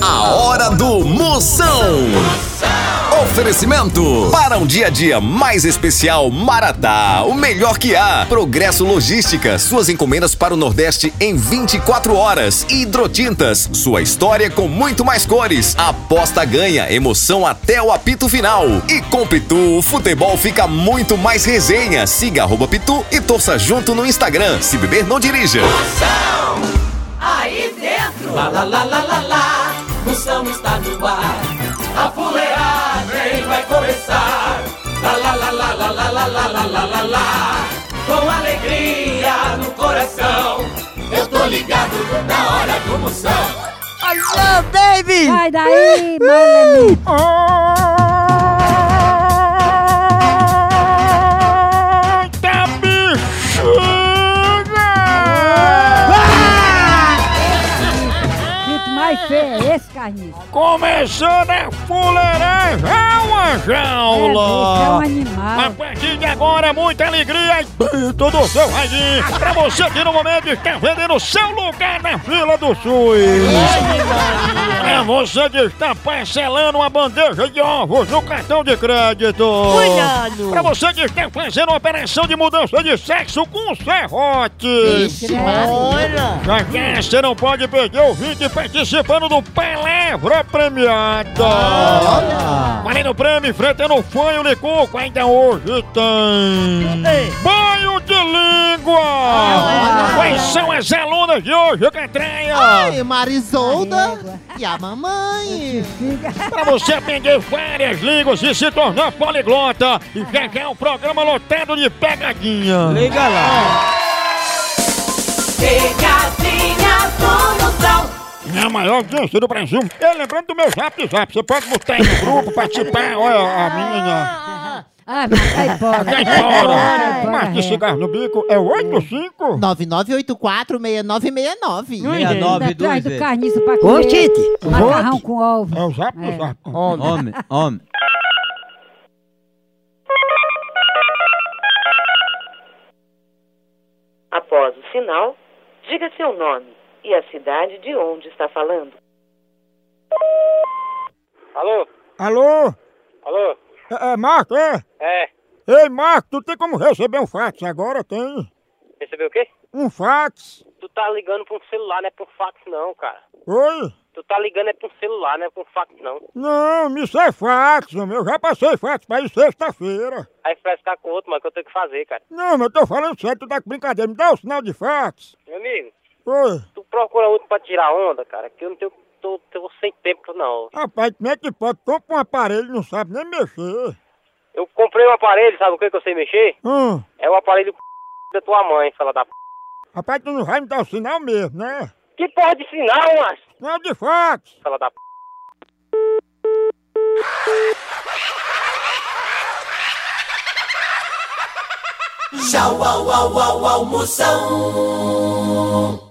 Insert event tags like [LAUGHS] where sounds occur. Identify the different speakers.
Speaker 1: A hora do Moção. Oferecimento para um dia a dia mais especial Maratá, o melhor que há. Progresso Logística, suas encomendas para o Nordeste em 24 horas. Hidrotintas, sua história com muito mais cores. Aposta ganha, emoção até o apito final. E com Pitu, o futebol fica muito mais resenha. Siga arroba Pitu e torça junto no Instagram. Se beber, não dirija.
Speaker 2: Aí dentro, lá lá lá lá lá lá, Moção está no ar. A fuleagem vai começar. Lá lá lá lá lá lá lá lá lá lá lá lá. Com alegria no coração, eu tô ligado na hora do Moção.
Speaker 3: Alô, baby!
Speaker 4: Sai daí, Malene.
Speaker 3: Eita
Speaker 4: Ah!
Speaker 3: bexiga!
Speaker 4: Grito mais feio é esse, carniça.
Speaker 3: Começando a fuleiragem, é uma
Speaker 4: É, você é um
Speaker 3: jaula! A
Speaker 4: animal.
Speaker 3: partir de agora, muita alegria e todo o seu radinho pra você que no momento está vendendo o seu lugar na fila do SUS. Pra você que está parcelando uma bandeja de ovos no cartão de crédito. Cuidado! Pra você que está fazendo uma operação de mudança de sexo com serrote. Já que você não pode perder o vídeo participando do Palavra Premiada. Valendo prêmio, enfrentando o fanho Licuco, ainda hoje tem. Banho de língua! Quais são as alunas de hoje, Catraia?
Speaker 5: Ai, Marisolda e a mamãe.
Speaker 3: Pra você aprender várias línguas e se tornar poliglota e pegar um programa lotado de pegadinha.
Speaker 5: Liga lá.
Speaker 2: Pegadinha do Moção.
Speaker 3: Na maior audiência do Brasil. Eu lembrando do meu zap zap, você pode botar aí no grupo, participar, olha a menina.
Speaker 4: Ah, mas sai fora.
Speaker 3: Vai
Speaker 4: Bora,
Speaker 3: embora.
Speaker 4: bora,
Speaker 3: tá Mas de
Speaker 4: é.
Speaker 3: cigarro no bico é 85?
Speaker 5: 99846969.
Speaker 4: Ainda
Speaker 6: nove,
Speaker 4: atrás
Speaker 6: dois,
Speaker 4: do
Speaker 6: é.
Speaker 4: carniça pra comer. Macarrão com ovo.
Speaker 3: É o zap zap.
Speaker 6: Homem, homem.
Speaker 7: Após o sinal, diga seu nome e a cidade de onde está falando.
Speaker 8: Alô?
Speaker 3: Alô?
Speaker 8: Alô?
Speaker 3: É, é Marco, é?
Speaker 8: É,
Speaker 3: Ei, Marco, tu tem como receber um fax agora? Tem.
Speaker 8: recebeu o quê?
Speaker 3: Um fax.
Speaker 8: Tu tá ligando pra um celular, não é pra um fax não, cara.
Speaker 3: Oi?
Speaker 8: Tu tá ligando é pra um celular, não é pra um fax não.
Speaker 3: Não, me sai fax, homem. Eu já passei fax pra ir sexta-feira.
Speaker 8: Aí você vai ficar com outro, mas o que eu tenho que fazer, cara?
Speaker 3: Não, mas eu tô falando sério, tu tá com brincadeira. Me dá o sinal de fax.
Speaker 8: Meu amigo,
Speaker 3: Oi.
Speaker 8: tu procura outro pra tirar onda, cara, que eu não tenho... Tô, tô sem tempo não.
Speaker 3: Rapaz, como é que pode? Compra um aparelho e não sabe nem mexer.
Speaker 8: Eu comprei um aparelho, sabe o que que eu sei mexer?
Speaker 3: Hum.
Speaker 8: É o aparelho [LAUGHS] da tua mãe, fala da p...
Speaker 3: Rapaz, tu não vai me dar o sinal mesmo, né?
Speaker 8: Que porra de sinal, mas?
Speaker 3: Sinal de fax.
Speaker 8: Fala da p...
Speaker 2: Tchau, au, au, au, au, Moção.